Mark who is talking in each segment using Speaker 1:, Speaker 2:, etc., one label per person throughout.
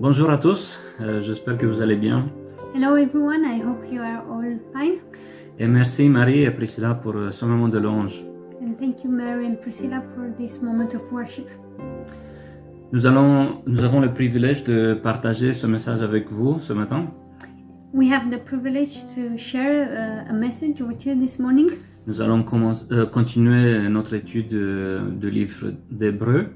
Speaker 1: Bonjour à tous, euh, j'espère que vous allez bien.
Speaker 2: Hello everyone, I hope you are all fine.
Speaker 1: Et merci Marie et Priscilla pour euh, ce moment de louange.
Speaker 2: And thank you, Mary and Priscilla, for this moment of worship.
Speaker 1: Nous, allons, nous avons le privilège de partager ce message avec vous ce matin.
Speaker 2: We have the privilege to share uh, a message with you this morning.
Speaker 1: Nous allons commencer- euh, continuer notre étude euh, du livre d'Hébreu.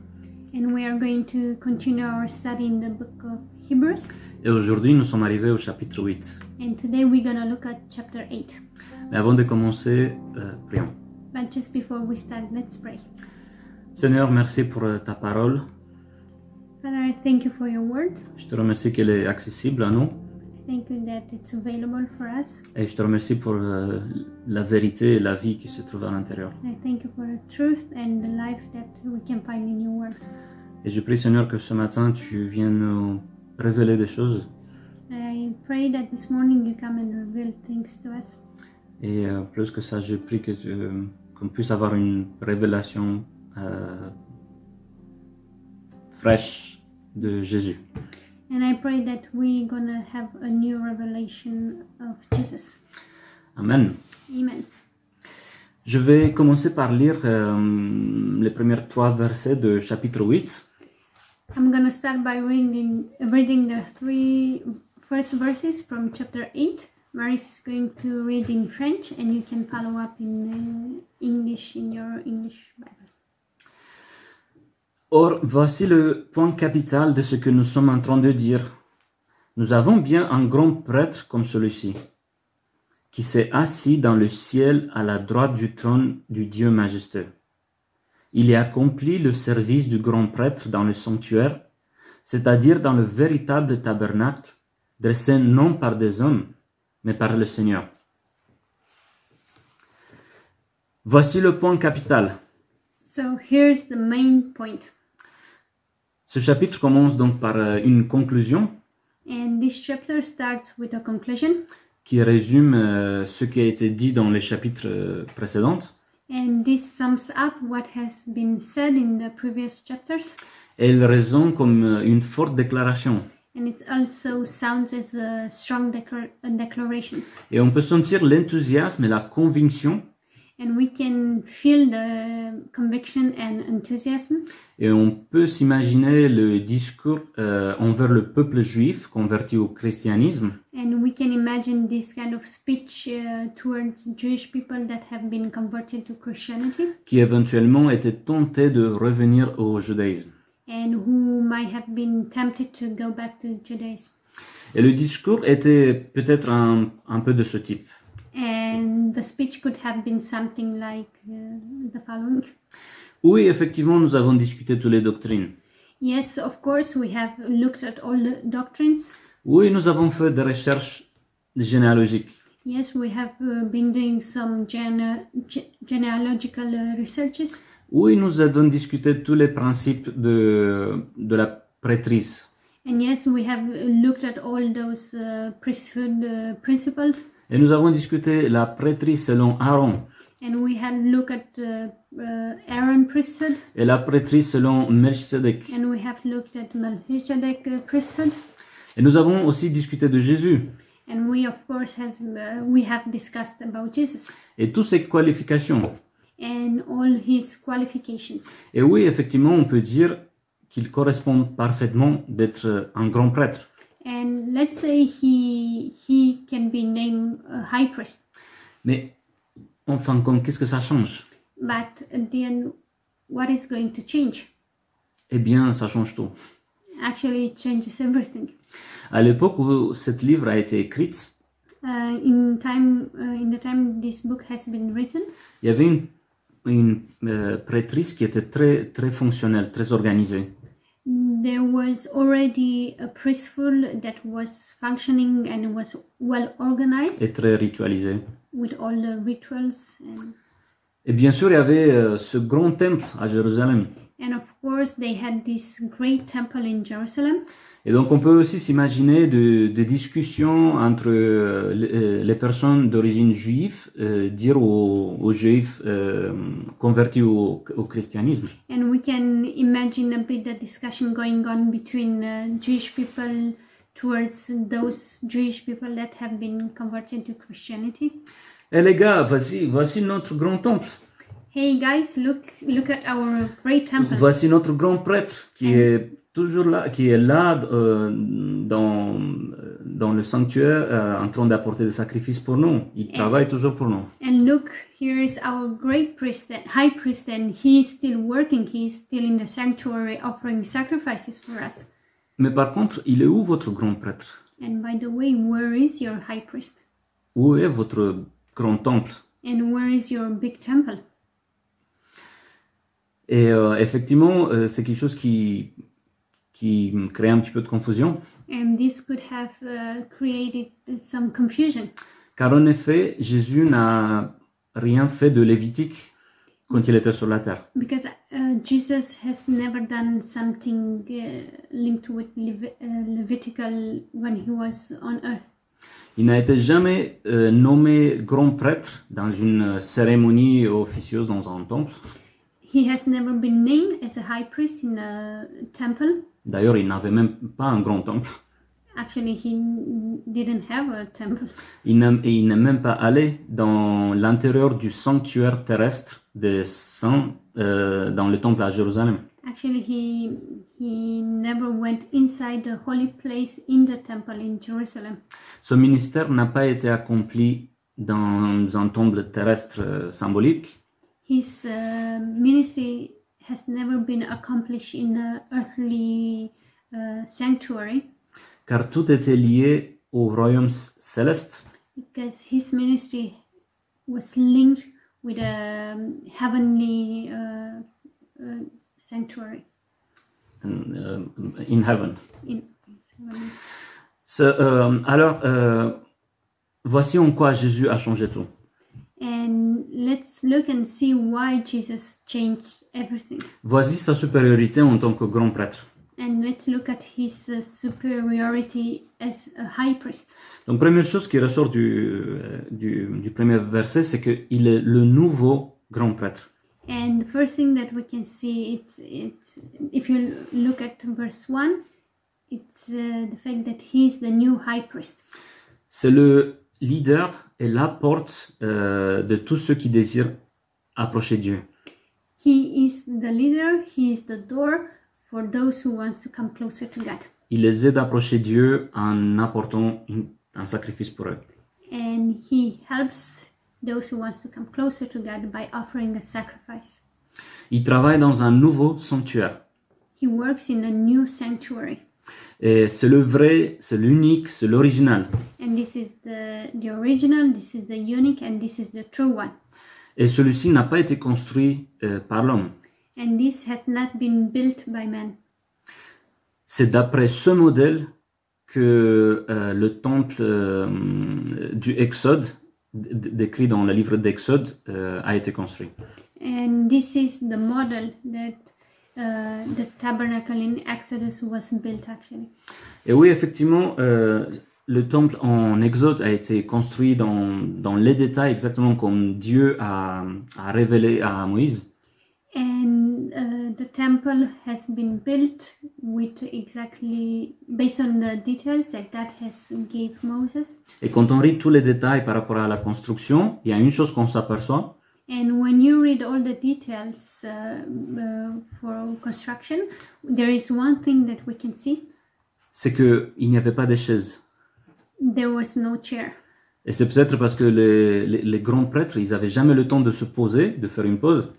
Speaker 2: And we are going to continue our study in the book of Hebrews.
Speaker 1: Et aujourd'hui, nous sommes arrivés au chapitre 8.
Speaker 2: And today we're going to look at chapter 8.
Speaker 1: Mais avant de commencer, euh, prions.
Speaker 2: But just before we start, let's pray.
Speaker 1: Seigneur, merci pour euh, ta parole.
Speaker 2: Father, I thank you for your word.
Speaker 1: Je te remercie qu'elle est accessible à nous.
Speaker 2: Thank you that it's available for us.
Speaker 1: Et je te remercie pour euh, la vérité et la vie qui se trouvent à l'intérieur.
Speaker 2: And I thank you for the truth and the life that we can find in your word.
Speaker 1: Et je prie, Seigneur, que ce matin, tu viennes nous révéler des choses
Speaker 2: I pray that this morning you come and reveal things to us.
Speaker 1: Et euh, plus que ça, je prie que tu- euh, qu'on puisse avoir une révélation euh, fraîche de Jésus.
Speaker 2: And I pray that we're gonna have a new revelation of Jesus.
Speaker 1: Amen.
Speaker 2: Amen.
Speaker 1: Je vais commencer par lire euh, les premières trois versets de chapitre 8.
Speaker 2: I'm gonna start by reading reading the three first verses from chapter eight. Maris is going to read in French, and you can follow up in uh, English in your English Bible.
Speaker 1: Or, voici le point capital de ce que nous sommes en train de dire. Nous avons bien un grand prêtre comme celui-ci, qui s'est assis dans le ciel à la droite du trône du Dieu majestueux. Il y accompli le service du grand prêtre dans le sanctuaire, c'est-à-dire dans le véritable tabernacle, dressé non par des hommes, mais par le Seigneur. Voici le point capital.
Speaker 2: So here's the main point,
Speaker 1: Ce chapitre commence donc par euh, une conclusion
Speaker 2: and this chapter starts with a conclusion,
Speaker 1: qui résume euh, ce qui a été dit dans les chapitres euh, précédents.
Speaker 2: and this sums up what has been said in the previous chapters.
Speaker 1: Et il résonne comme euh, une forte déclaration.
Speaker 2: and it also sounds as a strong decor- a declaration
Speaker 1: Et on peut sentir l'enthousiasme et la conviction.
Speaker 2: and we can feel the conviction and enthusiasm
Speaker 1: Et on peut s'imaginer le discours euh, envers le peuple juif converti au christianisme,
Speaker 2: and we can imagine this kind of speech uh, towards jewish people that have been converted to christianity
Speaker 1: qui éventuellement était tenté de revenir au judaïsme.
Speaker 2: and who might have been tempted to go back to judaism
Speaker 1: Et le discours était peut-être un, un peu de ce type.
Speaker 2: and the speech could have been something like uh, the following
Speaker 1: Oui, effectivement, nous avons discuté toutes les doctrines.
Speaker 2: yes of course we have looked at all the doctrines
Speaker 1: Oui, nous avons fait des recherches généalogiques.
Speaker 2: Yes, we have uh, been doing some gene- ge- genealogical uh, researches,
Speaker 1: Oui, nous avons discuté tous les principes de, de la prêtrise.
Speaker 2: and yes, we have uh, looked at all those uh, priesthood uh, principles,
Speaker 1: Et nous avons discuté la prêtrise selon Aaron
Speaker 2: and we have looked at uh, uh, Aaron priesthood,
Speaker 1: et la prêtrise selon Melchizedek.
Speaker 2: and we have looked at Melchizedek uh, priesthood,
Speaker 1: Et nous avons aussi discuté de Jésus
Speaker 2: and we of course has uh, we have discussed about Jesus
Speaker 1: et toutes ses qualifications.
Speaker 2: and all his qualifications.
Speaker 1: Et oui, effectivement, on peut dire qu'il correspond parfaitement d'être un grand prêtre.
Speaker 2: And let's say he he can be named a high priest,
Speaker 1: Mais en fin de compte, qu'est-ce que ça change
Speaker 2: but then what is going to change?
Speaker 1: Eh bien, ça change tout.
Speaker 2: actually it changes everything.
Speaker 1: À l'époque où ce livre a été écrit,
Speaker 2: Uh, in time, uh, in the time this book has been written,
Speaker 1: Il y avait une, une euh, prêtrise qui était très, très fonctionnelle, très organisée.
Speaker 2: there was already a priesthood that was functioning and was well organized
Speaker 1: et très ritualisée.
Speaker 2: with all the rituals, and,
Speaker 1: Et bien sûr, il y avait euh, ce grand temple à Jérusalem
Speaker 2: And of course, they had this great temple in Jerusalem.
Speaker 1: Et donc on peut aussi s'imaginer de- des discussions entre euh, les- euh, les personnes d'origine juive, euh, dire aux, aux juifs euh, convertis au, au christianisme.
Speaker 2: And we can imagine a bit the discussion going on between uh, Jewish people towards those Jewish people that have been converted to Christianity.
Speaker 1: Eh les gars, voici, voici notre grand temple,
Speaker 2: Hey guys, look look at our great temple.
Speaker 1: voici notre grand prêtre qui est toujours là, qui est là euh, dans, dans le sanctuaire euh, en train d'apporter des sacrifices pour nous. Il travaille toujours pour nous.
Speaker 2: And look, here is our great priest, and high priest, and he is still working. He is still in the sanctuary offering sacrifices for us.
Speaker 1: Mais par contre, il est où votre grand prêtre
Speaker 2: And by the way, where is your high priest?
Speaker 1: Où est votre grand temple
Speaker 2: And where is your big temple?
Speaker 1: Et euh, effectivement, euh, c'est quelque chose qui, qui crée un petit peu de confusion,
Speaker 2: And this could have uh, created some confusion
Speaker 1: car en effet, Jésus n'a rien fait de Lévitique quand il était sur la terre.
Speaker 2: because uh, Jesus has never done something uh, linked with Levi- uh, Levitical when he was on earth.
Speaker 1: Il n'a été jamais euh, nommé grand prêtre dans une euh, cérémonie officieuse dans un temple.
Speaker 2: He has never been named as a high priest in a temple.
Speaker 1: D'ailleurs, il n'avait même pas un grand temple.
Speaker 2: Actually, he didn't have a temple.
Speaker 1: Il n'a- et il n'est même pas allé dans l'intérieur du sanctuaire terrestre des saints euh, dans le temple à Jérusalem.
Speaker 2: Actually, he he never went inside the holy place in the temple in Jerusalem.
Speaker 1: Ce ministère n'a pas été accompli dans un temple terrestre euh, symbolique,
Speaker 2: His uh, ministry has never been accomplished in an earthly uh, sanctuary
Speaker 1: car tout était lié au royaume c- céleste.
Speaker 2: because his ministry was linked with a um, heavenly uh, uh, sanctuary.
Speaker 1: euh, in heaven.
Speaker 2: In,
Speaker 1: Ce- euh, alors, euh, voici en quoi Jésus a changé tout.
Speaker 2: and let's look and see why Jesus changed everything.
Speaker 1: Voici sa supériorité en tant que grand prêtre.
Speaker 2: And let's look at his uh, superiority as a high priest.
Speaker 1: Donc, première chose qui ressort du, euh, du, du premier verset, c'est qu'il est le nouveau grand prêtre.
Speaker 2: And the first thing that we can see, it's it's if you l- look at verse one, it's uh, the fact that he's the new high priest.
Speaker 1: C'est le leader et la porte euh, de tous ceux qui désirent approcher Dieu.
Speaker 2: He is the leader. He is the door for those who wants to come closer to God.
Speaker 1: Il les aide à approcher Dieu en apportant une- un sacrifice pour eux.
Speaker 2: And he helps those who wants to come closer to God by offering a sacrifice.
Speaker 1: Il travaille dans un nouveau sanctuaire.
Speaker 2: He works in a new sanctuary,
Speaker 1: Et c'est le vrai, c'est l'unique, c'est l'original.
Speaker 2: and this is the the original. This is the unique, and this is the true one.
Speaker 1: Et celui-ci n'a pas été construit euh, par l'homme.
Speaker 2: And this has not been built by man.
Speaker 1: C'est d'après ce modèle que euh, le temple euh, du Exode, d- d- décrit dans le livre d'Exode, euh, a été construit.
Speaker 2: And this is the model that uh, the tabernacle in Exodus was built actually.
Speaker 1: Et oui, effectivement, euh, le temple en Exode a été construit dans, dans les détails, exactement comme Dieu a, a révélé à Moïse.
Speaker 2: And uh, the temple has been built with exactly based on the details that God has gave Moses.
Speaker 1: Et quand on lit tous les détails par rapport à la construction, il y a une chose qu'on s'aperçoit,
Speaker 2: And when you read all the details uh, uh, for construction, there is one thing that we can see:
Speaker 1: c'est que il n'y avait pas de chaises.
Speaker 2: there was no chair.
Speaker 1: Et c'est peut-être parce que les, les- les grands prêtres, ils n'avaient jamais le temps de se poser, de faire une pause,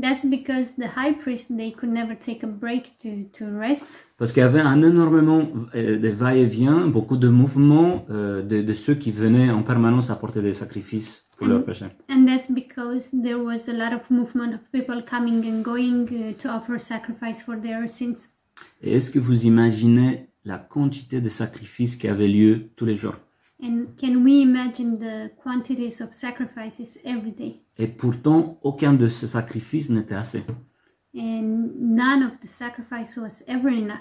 Speaker 2: That's because the high priest they could never take a break to, to rest
Speaker 1: parce qu'il y avait un énormément euh, de va-et-vient, beaucoup de mouvements euh, de, de ceux qui venaient en permanence apporter des sacrifices pour leurs péchés.
Speaker 2: And that's because there was a lot of movement of people coming and going uh, to offer sacrifice for their sins.
Speaker 1: Et est-ce que vous imaginez la quantité de sacrifices qui avaient lieu tous les jours
Speaker 2: And can we imagine the quantities of sacrifices every day?
Speaker 1: Et pourtant, aucun de ces sacrifices n'était assez.
Speaker 2: and none of the sacrifice was ever enough.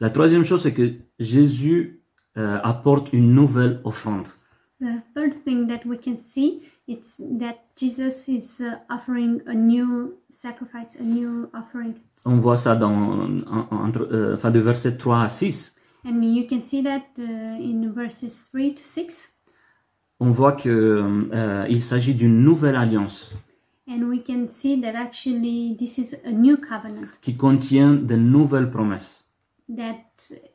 Speaker 1: La troisième chose, c'est que Jésus euh, apporte une nouvelle offrande.
Speaker 2: The third thing that we can see it's that Jesus is uh, offering a new sacrifice, a new offering,
Speaker 1: On voit ça dans, en- en- entre, euh, enfin, de verset 3 à 6.
Speaker 2: and you can see that uh, in verses three to six,
Speaker 1: On voit qu'il s'agit d'une nouvelle alliance
Speaker 2: and we can see that actually this is a new covenant
Speaker 1: qui contient de nouvelles promesses.
Speaker 2: that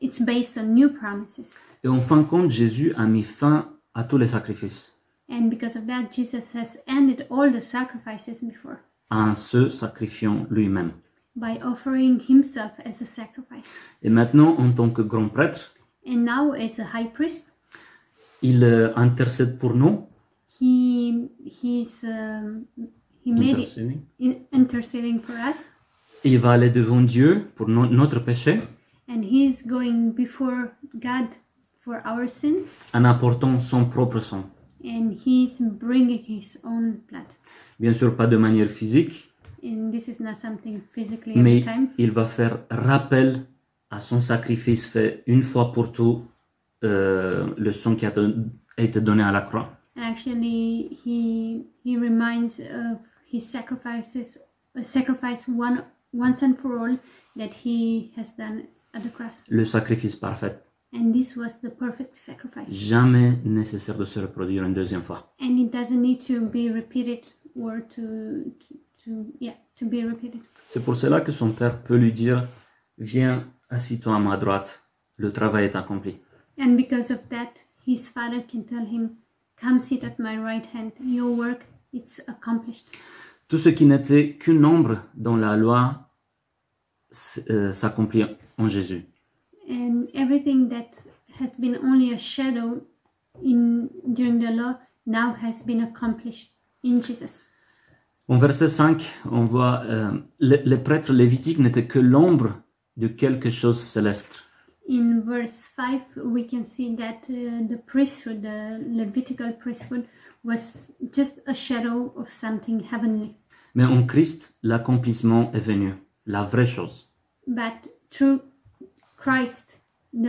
Speaker 2: it's based on new promises,
Speaker 1: Et en fin de compte, Jésus a mis fin à tous les sacrifices,
Speaker 2: and because of that, Jesus has ended all the sacrifices before
Speaker 1: en se sacrifiant lui-même.
Speaker 2: by offering Himself as a sacrifice,
Speaker 1: Et maintenant, en tant que grand prêtre,
Speaker 2: and now as a high priest.
Speaker 1: il euh, intercède pour nous.
Speaker 2: He he's um, he made it
Speaker 1: Intercéding.
Speaker 2: in, interceding for us,
Speaker 1: Il va aller devant Dieu pour no- notre péché
Speaker 2: and he's going before God for our sins,
Speaker 1: en apportant son propre sang.
Speaker 2: and he's bringing his own blood.
Speaker 1: Bien sûr, pas de manière physique,
Speaker 2: And this is not something physically every
Speaker 1: mais
Speaker 2: time,
Speaker 1: il va faire rappel à son sacrifice fait une fois pour tout, euh, le sang qui a don- a été donné à la croix.
Speaker 2: and actually he he reminds of his sacrifices, a sacrifice one once and for all that he has done at the cross,
Speaker 1: Le sacrifice parfait.
Speaker 2: and this was the perfect sacrifice.
Speaker 1: Jamais nécessaire de se reproduire une deuxième fois.
Speaker 2: and it doesn't need to be repeated or to to, to yeah to be repeated
Speaker 1: C'est pour cela que son père peut lui dire Viens, assis-toi à ma droite, le travail est accompli.
Speaker 2: and because of that his father can tell him come sit at my right hand your work it's accomplished
Speaker 1: Tout ce qui n'était qu'une ombre dans la loi s- euh, s'accomplit en Jésus.
Speaker 2: and everything that has been only a shadow in during the law now has been accomplished in jesus
Speaker 1: En verset 5, on voit euh, les, les prêtres lévitiques n'étaient que l'ombre de quelque chose céleste.
Speaker 2: in verse 5 we can see that uh, the priesthood the levitical priesthood was just a shadow of something heavenly
Speaker 1: Mais en Christ, l'accomplissement est venu, la vraie chose.
Speaker 2: but through Christ, the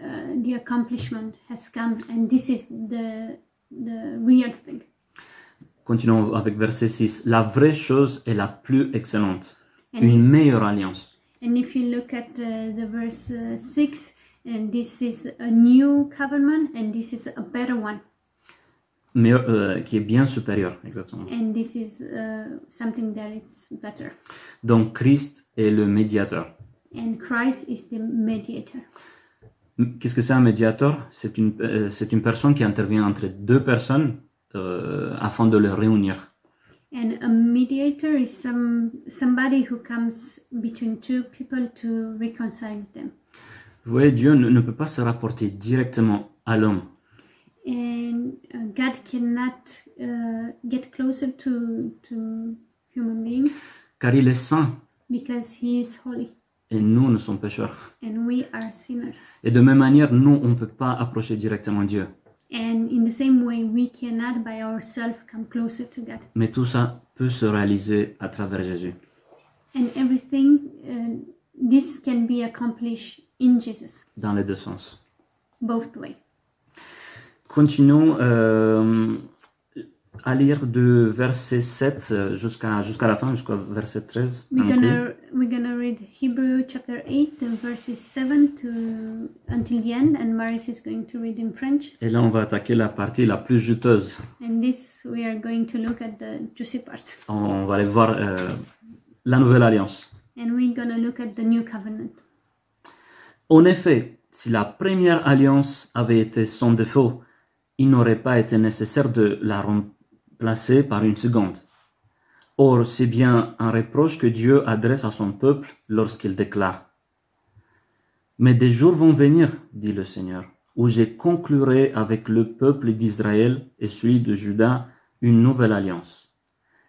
Speaker 2: uh, the accomplishment has come, and this is the the real thing.
Speaker 1: Continuons avec verset 6. La vraie chose est la plus excellente,
Speaker 2: And
Speaker 1: une meilleure alliance.
Speaker 2: and if you look at uh, the verse uh, six, and this is a new covenant, and this is a better one,
Speaker 1: meilleure- euh, qui est bien supérieure, exactement.
Speaker 2: and this is uh, something that it's better.
Speaker 1: Donc Christ est le médiateur.
Speaker 2: And Christ is the mediator.
Speaker 1: Qu'est-ce que c'est un médiateur C'est une, euh, c'est une personne qui intervient entre deux personnes euh, afin de les réunir.
Speaker 2: And a mediator is some somebody who comes between two people to reconcile them.
Speaker 1: Vous voyez, Dieu ne, ne peut pas se rapporter directement à l'homme.
Speaker 2: and uh, God cannot uh, get closer to to human beings
Speaker 1: car il est saint
Speaker 2: because He is holy
Speaker 1: et nous, nous sommes pécheurs.
Speaker 2: and we are sinners.
Speaker 1: Et de même manière, nous, on ne peut pas approcher directement Dieu.
Speaker 2: And in the same way, we cannot by ourselves come closer to God.
Speaker 1: Mais tout ça peut se réaliser à travers Jésus.
Speaker 2: And everything uh, this can be accomplished in Jesus,
Speaker 1: Dans les deux sens.
Speaker 2: both way.
Speaker 1: Continuons euh, à lire de verset 7 euh, jusqu'à jusqu'à la fin, jusqu'au verset 13.
Speaker 2: We're
Speaker 1: inclus.
Speaker 2: gonna we're gonna read Hebrew chapter eight, and verses seven to until the end, and Maris is going to read in French.
Speaker 1: Et là, on va attaquer la partie la plus juteuse.
Speaker 2: And this we are going to look at the juicy part.
Speaker 1: On, on va aller voir euh, la nouvelle alliance.
Speaker 2: And we're gonna look at the new covenant.
Speaker 1: En effet, si la première alliance avait été sans défaut, il n'aurait pas été nécessaire de la remplacer par une seconde. Or, c'est bien un reproche que Dieu adresse à son peuple lorsqu'il déclare. Mais des jours vont venir, dit le Seigneur, où je conclurai avec le peuple d'Israël et celui de Juda une nouvelle alliance.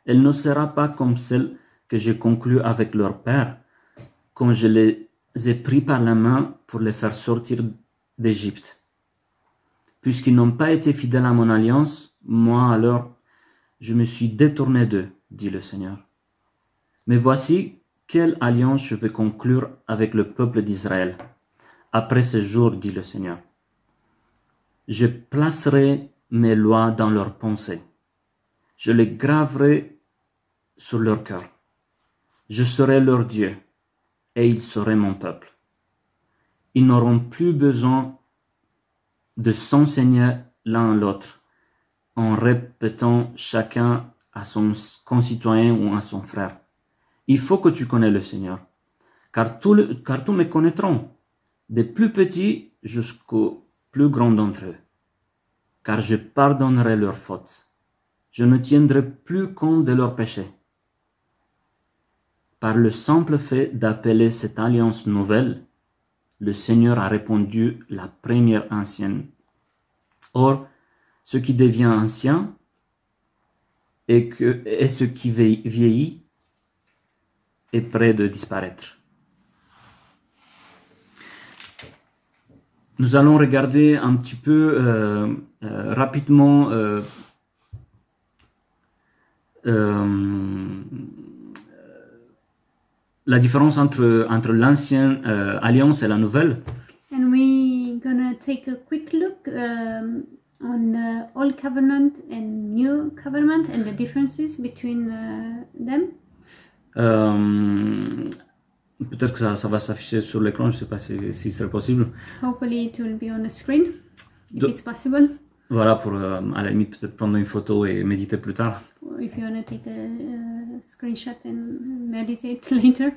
Speaker 1: Elle ne sera pas comme celle que j'ai conclue avec leur père, quand je les ai pris par la main pour les faire sortir d'Égypte. Puisqu'ils n'ont pas été fidèles à mon alliance, moi alors, je me suis détourné d'eux, dit le Seigneur. Mais voici quelle alliance je vais conclure avec le peuple d'Israël. Après ce jour, dit le Seigneur, je placerai mes lois dans leurs pensées. Je les graverai sur leur cœur. Je serai leur Dieu et ils seraient mon peuple. Ils n'auront plus besoin de s'enseigner l'un à l'autre en répétant chacun à son concitoyen ou à son frère. Il faut que tu connais le Seigneur, car, tout le- car tous me connaîtront, des plus petits jusqu'aux plus grands d'entre eux, car je pardonnerai leurs fautes. Je ne tiendrai plus compte de leurs péchés. Par le simple fait d'appeler cette alliance nouvelle, le Seigneur a répondu la première ancienne. Or, ce qui devient ancien et, que, et ce qui vie- vieillit est près de disparaître. Nous allons regarder un petit peu euh, euh, rapidement euh, euh, la différence entre, entre l'ancienne euh, alliance et la nouvelle.
Speaker 2: And we're gonna take a quick look um, on uh, Old Covenant and New Covenant and the differences between uh, them.
Speaker 1: Euh, Peut-être que ça, ça va s'afficher sur l'écran, je ne sais pas si, si c'est possible.
Speaker 2: Hopefully, it will be on the screen if
Speaker 1: Do-
Speaker 2: it's possible,
Speaker 1: Voilà, pour euh, à la limite peut-être prendre une photo et méditer plus tard.
Speaker 2: or if you wanna take a, uh screenshot and meditate later.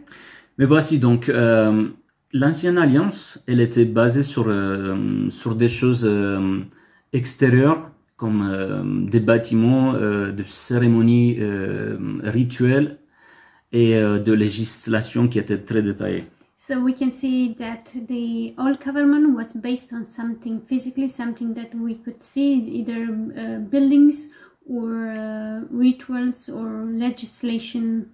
Speaker 1: Mais voici donc, euh, l'ancienne alliance, elle était basée sur, euh, sur des choses euh, extérieures, comme euh, des bâtiments, euh, de cérémonies euh, rituelles et euh, de législation qui étaient très détaillées.
Speaker 2: So we can see that the old covenant was based on something physically, something that we could see, either uh, buildings or uh, rituals or legislation.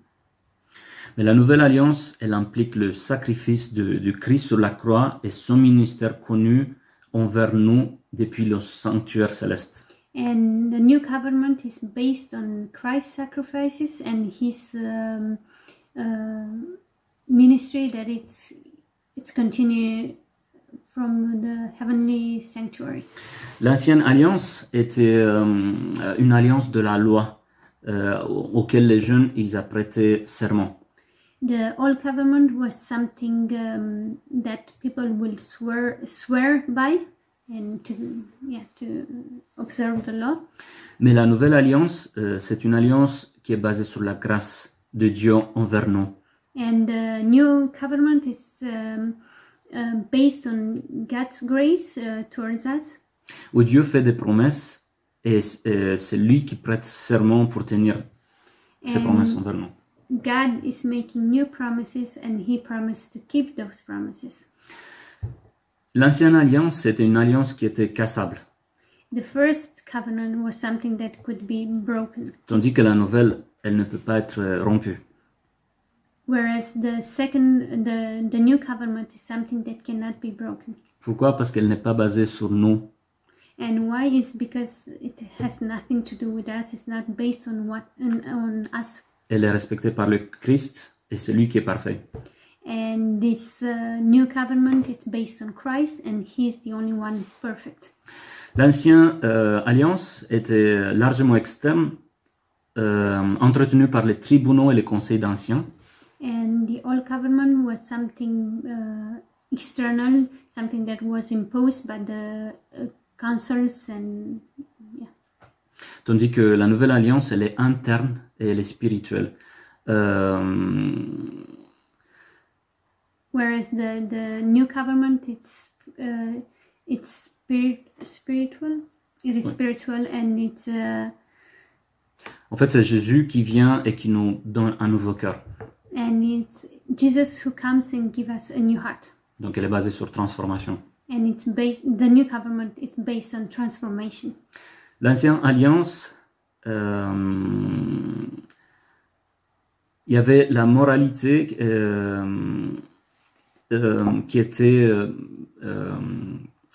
Speaker 1: Mais la nouvelle alliance, elle implique le sacrifice de, du Christ sur la croix et son ministère connu envers nous depuis le sanctuaire céleste.
Speaker 2: And the new covenant is based on Christ's sacrifices and his um, uh, ministry that it's it's continued from the heavenly sanctuary.
Speaker 1: L'ancienne alliance était euh, une alliance de la loi euh, au- auquel les jeunes ils apprêtaient serment.
Speaker 2: The old covenant was something um, that people will swear swear by and to yeah to observe the law.
Speaker 1: Mais la nouvelle alliance, euh, c'est une alliance qui est basée sur la grâce de Dieu envers nous.
Speaker 2: And the new covenant is um, uh, based on God's grace uh, towards us.
Speaker 1: Où Dieu fait des promesses et c- et c'est lui qui prête serment pour tenir ses promesses
Speaker 2: And
Speaker 1: envers nous.
Speaker 2: God is making new promises and He promised to keep those promises.
Speaker 1: L'ancienne alliance, c'était une alliance qui était cassable,
Speaker 2: The first covenant was something that could be broken,
Speaker 1: tandis que la nouvelle, elle ne peut pas être euh, rompue.
Speaker 2: whereas the second, the, the new covenant is something that cannot be broken.
Speaker 1: Pourquoi Parce qu'elle n'est pas basée sur nous.
Speaker 2: And why is because it has nothing to do with us. It's not based on what on, on us.
Speaker 1: Elle est respectée par le Christ et c'est lui qui est parfait.
Speaker 2: And this uh, new covenant is based on Christ, and He is the only one perfect.
Speaker 1: L'ancienne euh, alliance était euh, largement externe, euh, entretenue par les tribunaux et les conseils d'anciens,
Speaker 2: And the old covenant was something uh, external, something that was imposed by the uh, councils and yeah.
Speaker 1: tandis que la nouvelle alliance, elle est interne et elle est spirituelle. Euh,
Speaker 2: Whereas the, the new covenant, it's uh, it's spirit spiritual. It is spiritual and it's uh,
Speaker 1: en fait, c'est Jésus qui vient et qui nous donne un nouveau cœur.
Speaker 2: and it's Jesus who comes and give us a new heart.
Speaker 1: Donc, elle est basée sur transformation.
Speaker 2: And it's based. The new covenant is based on transformation.
Speaker 1: L'ancienne alliance, euh, il y avait la moralité euh, euh, qui était euh, euh,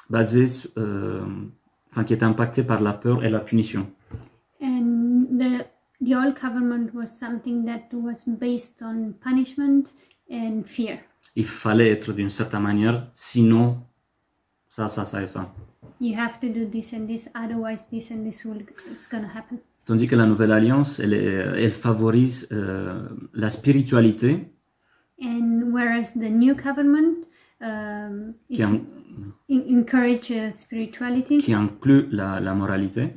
Speaker 1: basée, su- euh, enfin qui était impactée par la peur et la punition.
Speaker 2: And the the old covenant was something that was based on punishment and fear.
Speaker 1: Il fallait être d'une certaine manière, sinon, ça, ça, ça et ça.
Speaker 2: You have to do this and this, otherwise this and this will is gonna happen.
Speaker 1: Tandis que la Nouvelle Alliance, elle, est- elle favorise euh, la spiritualité,
Speaker 2: And whereas the new covenant um,
Speaker 1: qui,
Speaker 2: it's-
Speaker 1: en-
Speaker 2: en- encourage uh, spirituality
Speaker 1: qui inclut la, la moralité,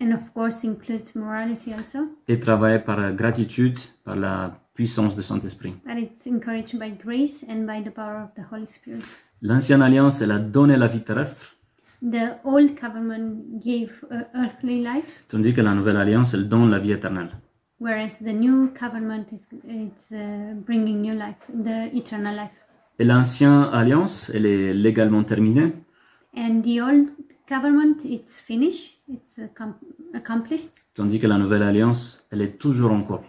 Speaker 2: and of course includes morality also,
Speaker 1: et travaille par la gratitude, par la puissance du Saint-Esprit.
Speaker 2: but it's encouraged by grace and by the power of the Holy Spirit.
Speaker 1: L'ancienne alliance, elle a donné la vie terrestre,
Speaker 2: The old covenant gave uh, earthly life,
Speaker 1: tandis que la nouvelle alliance, elle donne la vie éternelle.
Speaker 2: whereas the new covenant is it's uh, bringing new life, the eternal life.
Speaker 1: Et l'ancienne alliance, elle est légalement terminée,
Speaker 2: And the old covenant, it's finished, it's accom- accomplished,
Speaker 1: tandis que la nouvelle alliance, elle est toujours en cours,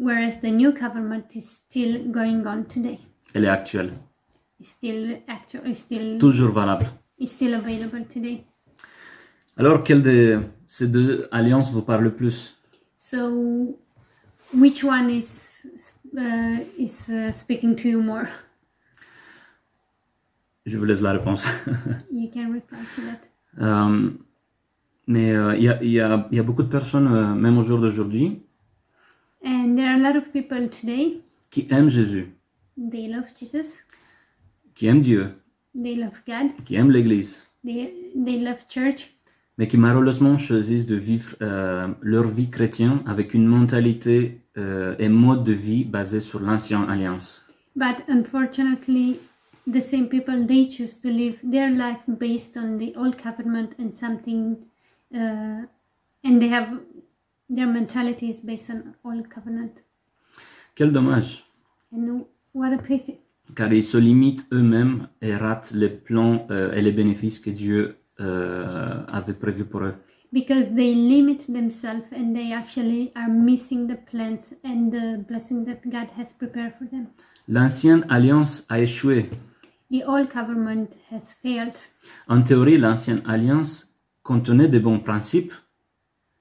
Speaker 2: whereas the new covenant is still going on today.
Speaker 1: elle est actuelle,
Speaker 2: It's still actual, it's still
Speaker 1: toujours valable.
Speaker 2: it's still available today.
Speaker 1: Alors, quelle de ces deux alliances vous parle le plus
Speaker 2: So, which one is uh, is uh, speaking to you more?
Speaker 1: Je vous laisse la réponse.
Speaker 2: You can reply to that.
Speaker 1: Euh, mais euh, il y, a, il y a- il y a beaucoup de personnes, euh, même au jour d'aujourd'hui,
Speaker 2: And there are a lot of people today.
Speaker 1: qui aiment Jésus,
Speaker 2: They love Jesus.
Speaker 1: qui aiment Dieu,
Speaker 2: They love God.
Speaker 1: qui aiment l'Église,
Speaker 2: They they love church.
Speaker 1: mais qui malheureusement choisissent de vivre euh, leur vie chrétienne avec une mentalité euh, et mode de vie basé sur l'ancienne alliance.
Speaker 2: But unfortunately, the same people they choose to live their life based on the old covenant and something, uh, and they have their mentality is based on old covenant.
Speaker 1: Quel dommage,
Speaker 2: And what a pity!
Speaker 1: car ils se limitent eux-mêmes et ratent les plans euh, et les bénéfices que Dieu euh, avait prévus pour eux.
Speaker 2: Because they limit themselves and they actually are missing the plans and the blessing that God has prepared for them.
Speaker 1: L'ancienne alliance a échoué.
Speaker 2: The old covenant has failed.
Speaker 1: En théorie, l'ancienne alliance contenait des bons principes,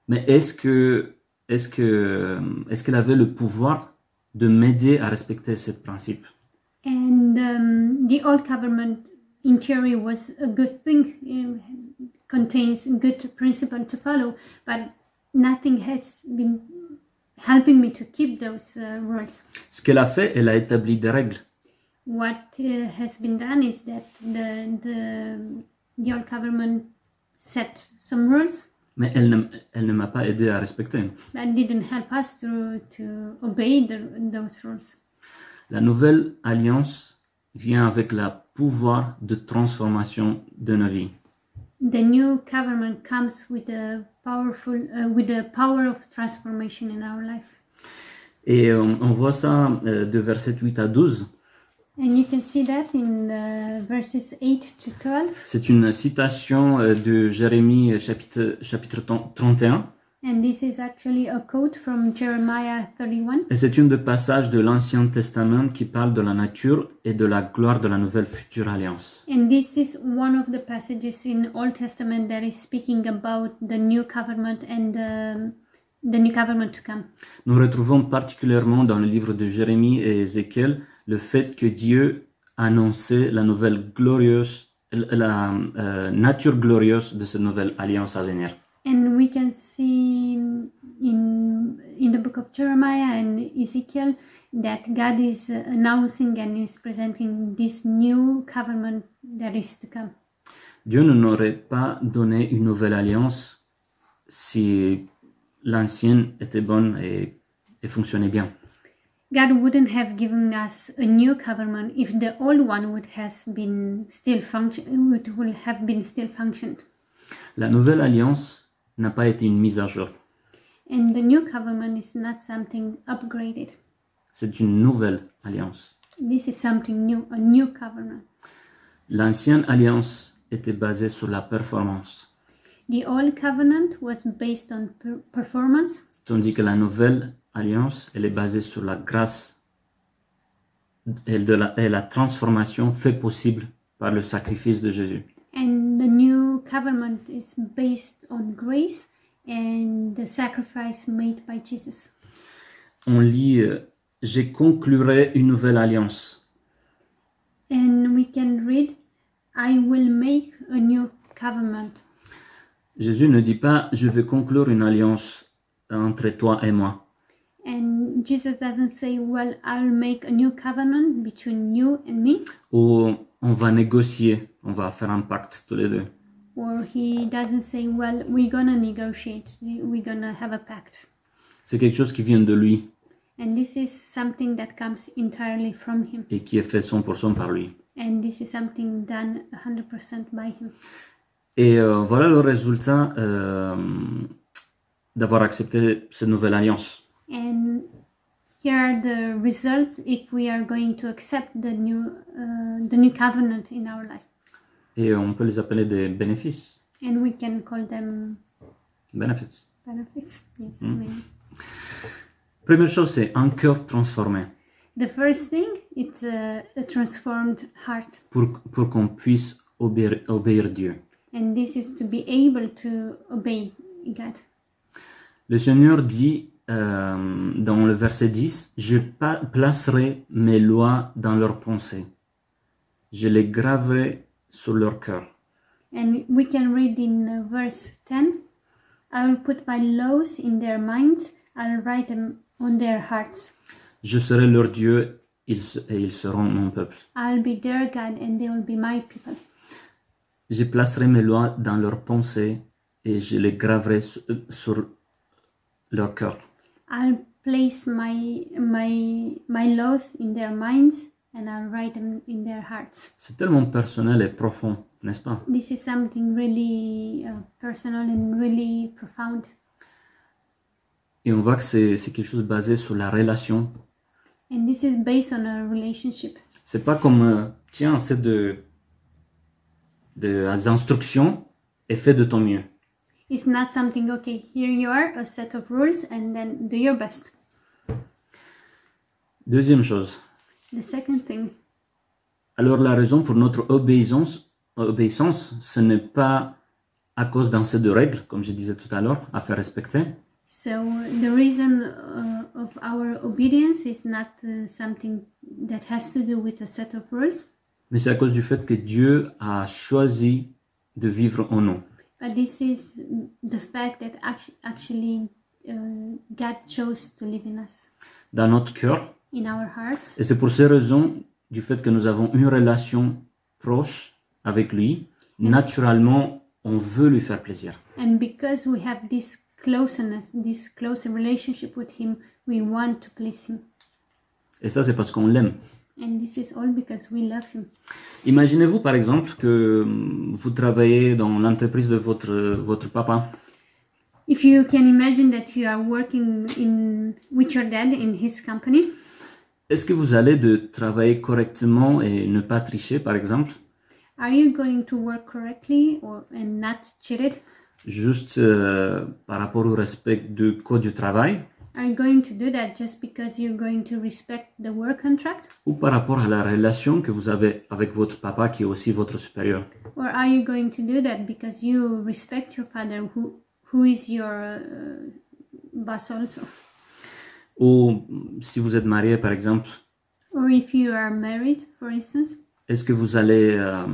Speaker 1: mais est-ce que est-ce que est-ce qu'elle avait le pouvoir de m'aider à respecter ces principes
Speaker 2: And um, the old covenant, in theory, was a good thing, um, contains good principle to follow, but nothing has been helping me to keep those uh, rules.
Speaker 1: Ce qu'elle a fait, elle a établi des règles.
Speaker 2: What uh, has been done is that the, the, the old covenant set some rules
Speaker 1: Mais elle ne, elle ne m'a pas aidé à respecter.
Speaker 2: that didn't help us to, to obey the, those rules.
Speaker 1: La nouvelle alliance vient avec le pouvoir de transformation de nos vies.
Speaker 2: The new covenant comes with a powerful, uh, with the power of transformation in our life.
Speaker 1: Et euh, on, voit ça euh, de verset 8 à 12.
Speaker 2: And you can see that in uh, verses 8 to 12,
Speaker 1: C'est une citation euh, de Jérémie euh, chapitre, chapitre 31.
Speaker 2: and this is actually a quote from Jeremiah 31,
Speaker 1: Et c'est une des passages de l'Ancien Testament qui parle de la nature et de la gloire de la nouvelle future alliance.
Speaker 2: and this is one of the passages in Old Testament that is speaking about the new covenant and um, the new covenant to come.
Speaker 1: Nous retrouvons particulièrement dans le livre de Jérémie et Ézéchiel le fait que Dieu annonçait la nouvelle glorieuse, la euh, nature glorieuse de cette nouvelle alliance à venir.
Speaker 2: And we can see in in the book of Jeremiah and Ezekiel that God is uh, announcing and is presenting this new covenant that is to come.
Speaker 1: Dieu ne n'aurait pas donné une nouvelle alliance si l'ancienne était bonne et- et fonctionnait bien.
Speaker 2: God wouldn't have given us a new covenant if the old one would has been still function would, would have been still functioned.
Speaker 1: La nouvelle alliance n'a pas été une mise à jour.
Speaker 2: And the new covenant is not something upgraded.
Speaker 1: C'est une nouvelle alliance.
Speaker 2: This is something new, a new covenant.
Speaker 1: L'ancienne alliance était basée sur la performance,
Speaker 2: The old covenant was based on per- performance,
Speaker 1: tandis que la nouvelle alliance, elle est basée sur la grâce et, de la, et la transformation faite possible par le sacrifice de Jésus.
Speaker 2: and the new covenant is based on grace and the sacrifice made by Jesus.
Speaker 1: On lit euh, Je conclurai une nouvelle alliance.
Speaker 2: And we can read, I will make a new covenant.
Speaker 1: Jésus ne dit pas Je vais conclure une alliance entre toi et moi.
Speaker 2: And Jesus doesn't say, Well, I'll make a new covenant between you and me,
Speaker 1: Ou on va négocier, on va faire un pacte tous les deux.
Speaker 2: or he doesn't say, Well, we're gonna negotiate, we're gonna have a pact.
Speaker 1: C'est quelque chose qui vient de lui
Speaker 2: And this is something that comes entirely from him,
Speaker 1: et qui est fait 100% par lui.
Speaker 2: and this is something done 100% by him.
Speaker 1: Et euh, voilà le résultat euh, d'avoir accepté cette nouvelle alliance.
Speaker 2: And here are the results if we are going to accept the new, uh, the new covenant in our life.
Speaker 1: Et on peut les appeler des bénéfices.
Speaker 2: And we can call them
Speaker 1: Benefits.
Speaker 2: benefits. Yes, maybe.
Speaker 1: Première chose, c'est un cœur transformé
Speaker 2: The first thing it's a, a transformed heart,
Speaker 1: pour, pour qu'on puisse obéir, obéir Dieu.
Speaker 2: and this is to be able to obey God.
Speaker 1: Le Seigneur dit euh, dans le verset 10, Je pa- placerai mes lois dans leurs pensées. Je les graverai sur leur cœur.
Speaker 2: And we can read in uh, verse 10 I will put my laws in their minds, I'll write them on their hearts.
Speaker 1: Je serai leur Dieu ils se- et ils seront mon peuple.
Speaker 2: I'll be their God, and they will be my people.
Speaker 1: Je placerai mes lois dans leurs pensées et je les graverai su- sur leur cœur.
Speaker 2: I'll place my, my, my laws in their minds, and I'll write them in their hearts.
Speaker 1: C'est tellement personnel et profond, n'est-ce pas
Speaker 2: This is something really uh, personal and really profound.
Speaker 1: Et on voit que c'est c'est quelque chose basé sur la relation.
Speaker 2: And this is based on a relationship.
Speaker 1: C'est pas comme euh, tiens, c'est de, de des instructions et fais de ton mieux.
Speaker 2: It's not something, okay, here you are, a set of rules, and then do your best.
Speaker 1: Deuxième chose.
Speaker 2: The second thing,
Speaker 1: Alors la raison pour notre obéissance, euh, obéissance, ce n'est pas à cause d'un set de règles, comme je disais tout à l'heure, à faire respecter.
Speaker 2: so the reason uh, of our obedience is not uh, something that has to do with a set of rules,
Speaker 1: Mais c'est à cause du fait que Dieu a choisi de vivre en nous.
Speaker 2: but this is the fact that act- actually uh, God chose to live in us,
Speaker 1: dans notre cœur.
Speaker 2: in our hearts.
Speaker 1: Et c'est pour ces raisons, du fait que nous avons une relation proche avec lui, naturellement, on veut lui faire plaisir.
Speaker 2: And because we have this closeness, this closer relationship with Him, we want to please Him.
Speaker 1: Et ça, c'est parce qu'on l'aime.
Speaker 2: And this is all because we love Him.
Speaker 1: Imaginez-vous, par exemple, que hum, vous travaillez dans l'entreprise de votre, euh, votre papa.
Speaker 2: If you can imagine that you are working in with your dad in his company,
Speaker 1: Est-ce que vous allez de travailler correctement et ne pas tricher, par exemple,
Speaker 2: are you going to work correctly or and not cheated?
Speaker 1: juste euh, par rapport au respect du code du travail
Speaker 2: Are you going to do that just because you're going to respect the work contract?
Speaker 1: ou par rapport à la relation que vous avez avec votre papa qui est aussi votre supérieur
Speaker 2: Or are you going to do that because you respect your father who who is your uh, boss also?
Speaker 1: Ou hum, si vous êtes marié, par exemple,
Speaker 2: Or if you are married, for instance,
Speaker 1: Est-ce que vous allez euh,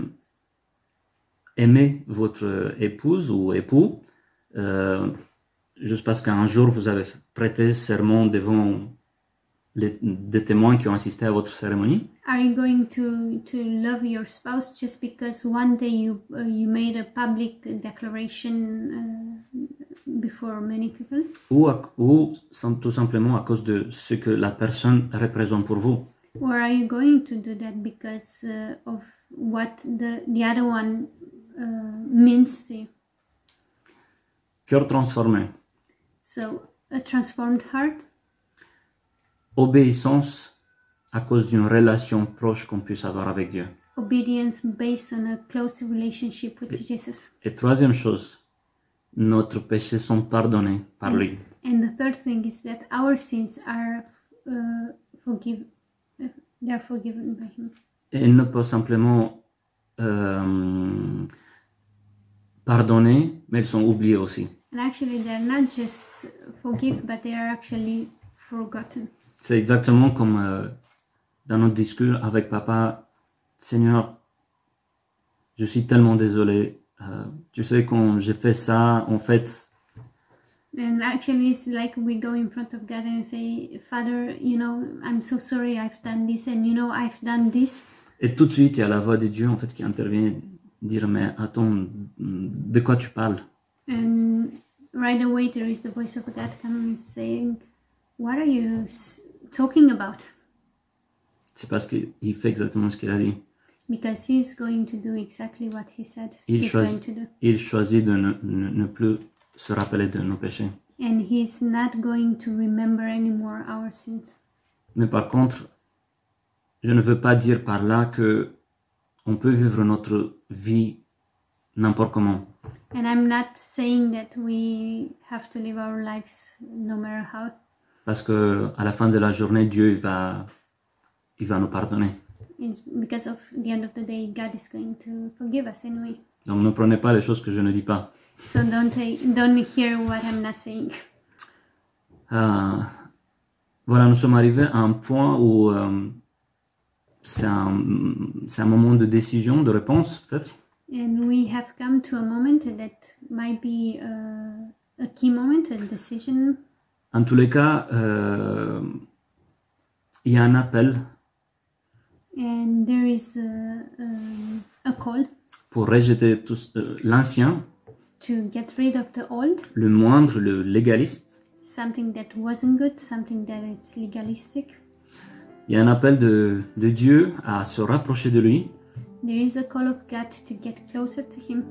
Speaker 1: aimer votre épouse ou époux euh, juste parce qu'un jour vous avez prêté serment devant les, des témoins qui ont assisté à votre cérémonie
Speaker 2: are you going to to love your spouse just because one day you uh, you made a public declaration uh, before many people
Speaker 1: ou, à- ou sans- tout simplement à cause de ce que la personne représente pour vous
Speaker 2: or are you going to do that because uh, of what the the other one uh, means to you
Speaker 1: Cœur transformé,
Speaker 2: so a transformed heart
Speaker 1: obéissance à cause d'une relation proche qu'on puisse avoir avec Dieu.
Speaker 2: obedience based on a close relationship with jesus
Speaker 1: Et troisième chose, notre péché sont pardonnés par lui.
Speaker 2: and the third thing is that our sins are uh, forgive uh, they are forgiven by him
Speaker 1: et ne pas simplement euh, pardonner, mais ils sont oubliés aussi.
Speaker 2: And actually, they're not just forgive, but they are actually forgotten.
Speaker 1: C'est exactement comme euh, dans notre discours avec papa. Seigneur, je suis tellement désolé. Euh, tu sais, quand j'ai fait ça, en fait,
Speaker 2: And actually, it's like we go in front of God and say, Father, you know, I'm so sorry I've done this, and you know, I've done this.
Speaker 1: et tout de suite, il y a la voix de Dieu, en fait, qui intervient, dire, mais attends, de quoi tu parles?
Speaker 2: And right away, there is the voice of God coming and saying, What are you s- talking about?
Speaker 1: C'est parce qu'il fait exactement ce qu'il a dit.
Speaker 2: Because He's going to do exactly what He said
Speaker 1: Il
Speaker 2: He's
Speaker 1: choisit-
Speaker 2: going to do.
Speaker 1: Il choisit de ne, ne- ne plus se rappeler de nos péchés.
Speaker 2: And He's not going to remember anymore our sins.
Speaker 1: Mais par contre, je ne veux pas dire par là que on peut vivre notre vie n'importe comment.
Speaker 2: And I'm not saying that we have to live our lives no matter how,
Speaker 1: Parce que à la fin de la journée, Dieu il va, il va nous pardonner.
Speaker 2: it's because of the end of the day, God is going to forgive us anyway.
Speaker 1: Donc ne prenez pas les choses que je ne dis pas.
Speaker 2: So don't take, don't hear what I'm not saying.
Speaker 1: Ah, voilà, nous sommes arrivés à un point où euh, c'est un, c'est un moment de décision, de réponse peut-être.
Speaker 2: And we have come to a moment that might be uh, a key moment, a decision.
Speaker 1: En tous les cas, euh, il y a un appel
Speaker 2: And there is a, um, a call
Speaker 1: pour rejeter tout ce- euh, l'ancien,
Speaker 2: to get rid of the old,
Speaker 1: le moindre, le légaliste.
Speaker 2: something that wasn't good, something that it's legalistic.
Speaker 1: Il y a un appel de, de Dieu à se rapprocher de lui,
Speaker 2: There is a call of God to get closer to Him,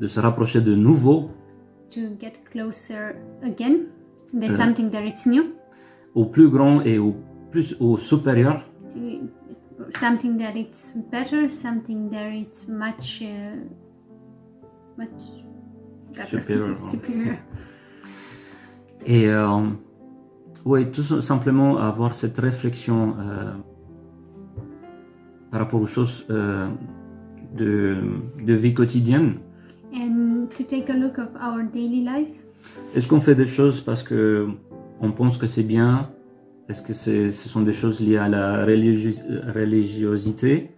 Speaker 1: de se rapprocher de nouveau,
Speaker 2: to get closer again. There's
Speaker 1: Uh,
Speaker 2: something that it's new,
Speaker 1: au plus grand et au plus au supérieur,
Speaker 2: to- something that it's better, something that it's much, uh, much better,
Speaker 1: Superior.
Speaker 2: superior.
Speaker 1: Et euh, oui, tout so- simplement avoir cette réflexion euh, par rapport aux choses euh, de, de vie quotidienne.
Speaker 2: and to take a look of our daily life
Speaker 1: Est-ce qu'on fait des choses parce que on pense que c'est bien Est-ce que c'est- ce sont des choses liées à la religieuse- religiosité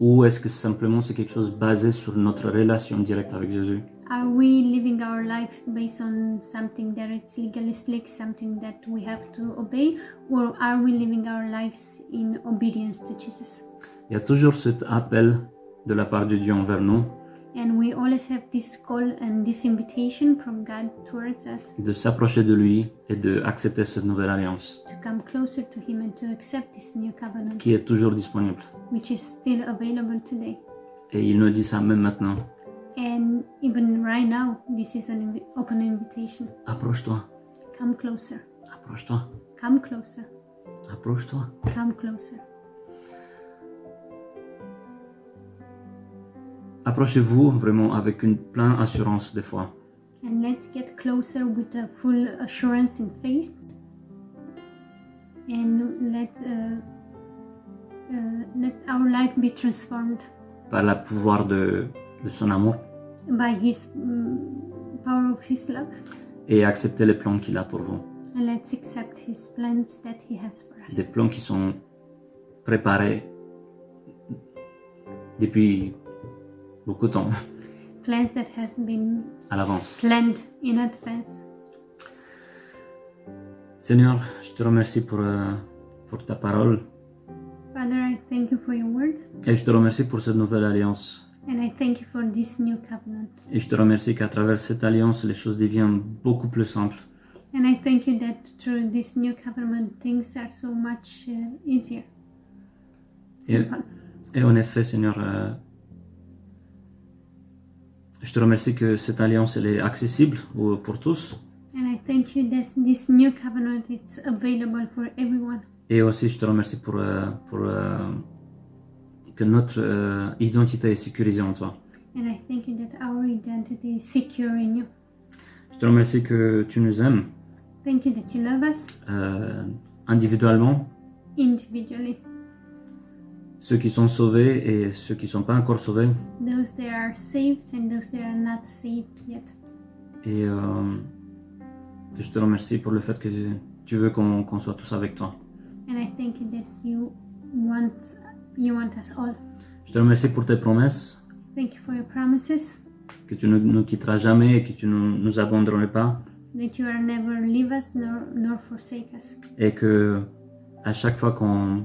Speaker 1: ou est-ce que simplement c'est quelque chose basé sur notre relation directe avec Jésus
Speaker 2: are we living our lives based on something that it's legalistic something that we have to obey or are we living our lives in obedience to jesus
Speaker 1: Il y a toujours cet appel de la part de Dieu envers nous
Speaker 2: and we always have this call and this invitation from god towards us
Speaker 1: de s'approcher de lui et d'accepter cette nouvelle alliance.
Speaker 2: to come closer to him and to accept this new covenant
Speaker 1: qui est toujours disponible.
Speaker 2: which is still available today
Speaker 1: Et il nous dit ça même maintenant.
Speaker 2: and even right now this is an invi- open invitation
Speaker 1: Approche-toi,
Speaker 2: come closer
Speaker 1: approche-toi,
Speaker 2: come closer
Speaker 1: approche-toi.
Speaker 2: come closer
Speaker 1: Approchez-vous vraiment avec une pleine assurance des fois.
Speaker 2: And let's get closer with a full assurance in faith. And let, uh, uh, let our life be transformed
Speaker 1: par le pouvoir de, de son amour
Speaker 2: by His mm, power of His love.
Speaker 1: et accepter les plans qu'il a pour vous.
Speaker 2: And let's accept His plans that He has for us.
Speaker 1: Des plans qui sont préparés depuis beaucoup de temps
Speaker 2: Plans that has been
Speaker 1: à l'avance.
Speaker 2: planned in advance.
Speaker 1: Seigneur, je te remercie pour, euh, pour ta parole
Speaker 2: Father, I thank you for your word.
Speaker 1: et je te remercie pour cette nouvelle alliance.
Speaker 2: And I thank you for this new covenant.
Speaker 1: Et je te remercie qu'à travers cette alliance, les choses deviennent beaucoup plus simples.
Speaker 2: And I thank you that through this new covenant, things are so much uh, easier.
Speaker 1: Yeah.
Speaker 2: Simple.
Speaker 1: Et en effet, Seigneur, euh, je te remercie que cette alliance elle est accessible au- pour tous.
Speaker 2: And I thank you that this new covenant is available for everyone.
Speaker 1: Et aussi, je te remercie pour, euh, pour euh, que notre euh, identité est sécurisée en toi.
Speaker 2: And I thank you that our identity is secure in you.
Speaker 1: Je te remercie que tu nous aimes
Speaker 2: Thank you that you love us
Speaker 1: euh, individuellement,
Speaker 2: individually.
Speaker 1: ceux qui sont sauvés et ceux qui ne sont pas encore sauvés.
Speaker 2: Those that are saved and those that are not saved yet.
Speaker 1: Et euh, je te remercie pour le fait que tu veux qu'on qu'on soit tous avec toi.
Speaker 2: And I thank you that you want you want us all.
Speaker 1: Je te remercie pour tes promesses,
Speaker 2: Thank you for your promises
Speaker 1: que tu ne nous quitteras jamais et que tu ne nous abandonneras pas.
Speaker 2: that you will never leave us nor nor forsake us.
Speaker 1: Et que à chaque fois qu'on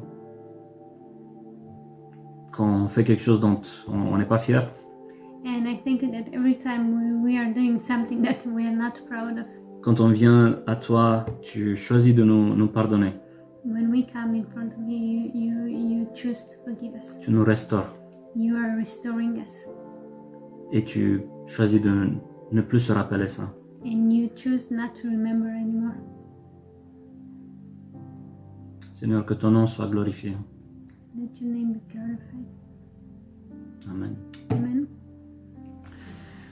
Speaker 1: qu'on fait quelque chose dont on on n'est pas fier,
Speaker 2: And I thank you that every time we, we are doing something that we are not proud of,
Speaker 1: quand on vient à toi, tu choisis de nous, nous pardonner,
Speaker 2: when we come in front of you, you, you, you choose to forgive us.
Speaker 1: tu nous restaures
Speaker 2: You are restoring us,
Speaker 1: et tu choisis de ne plus se rappeler ça.
Speaker 2: and you choose not to remember anymore.
Speaker 1: Seigneur, que ton nom soit glorifié.
Speaker 2: Let your name be glorified.
Speaker 1: Amen.
Speaker 2: Amen.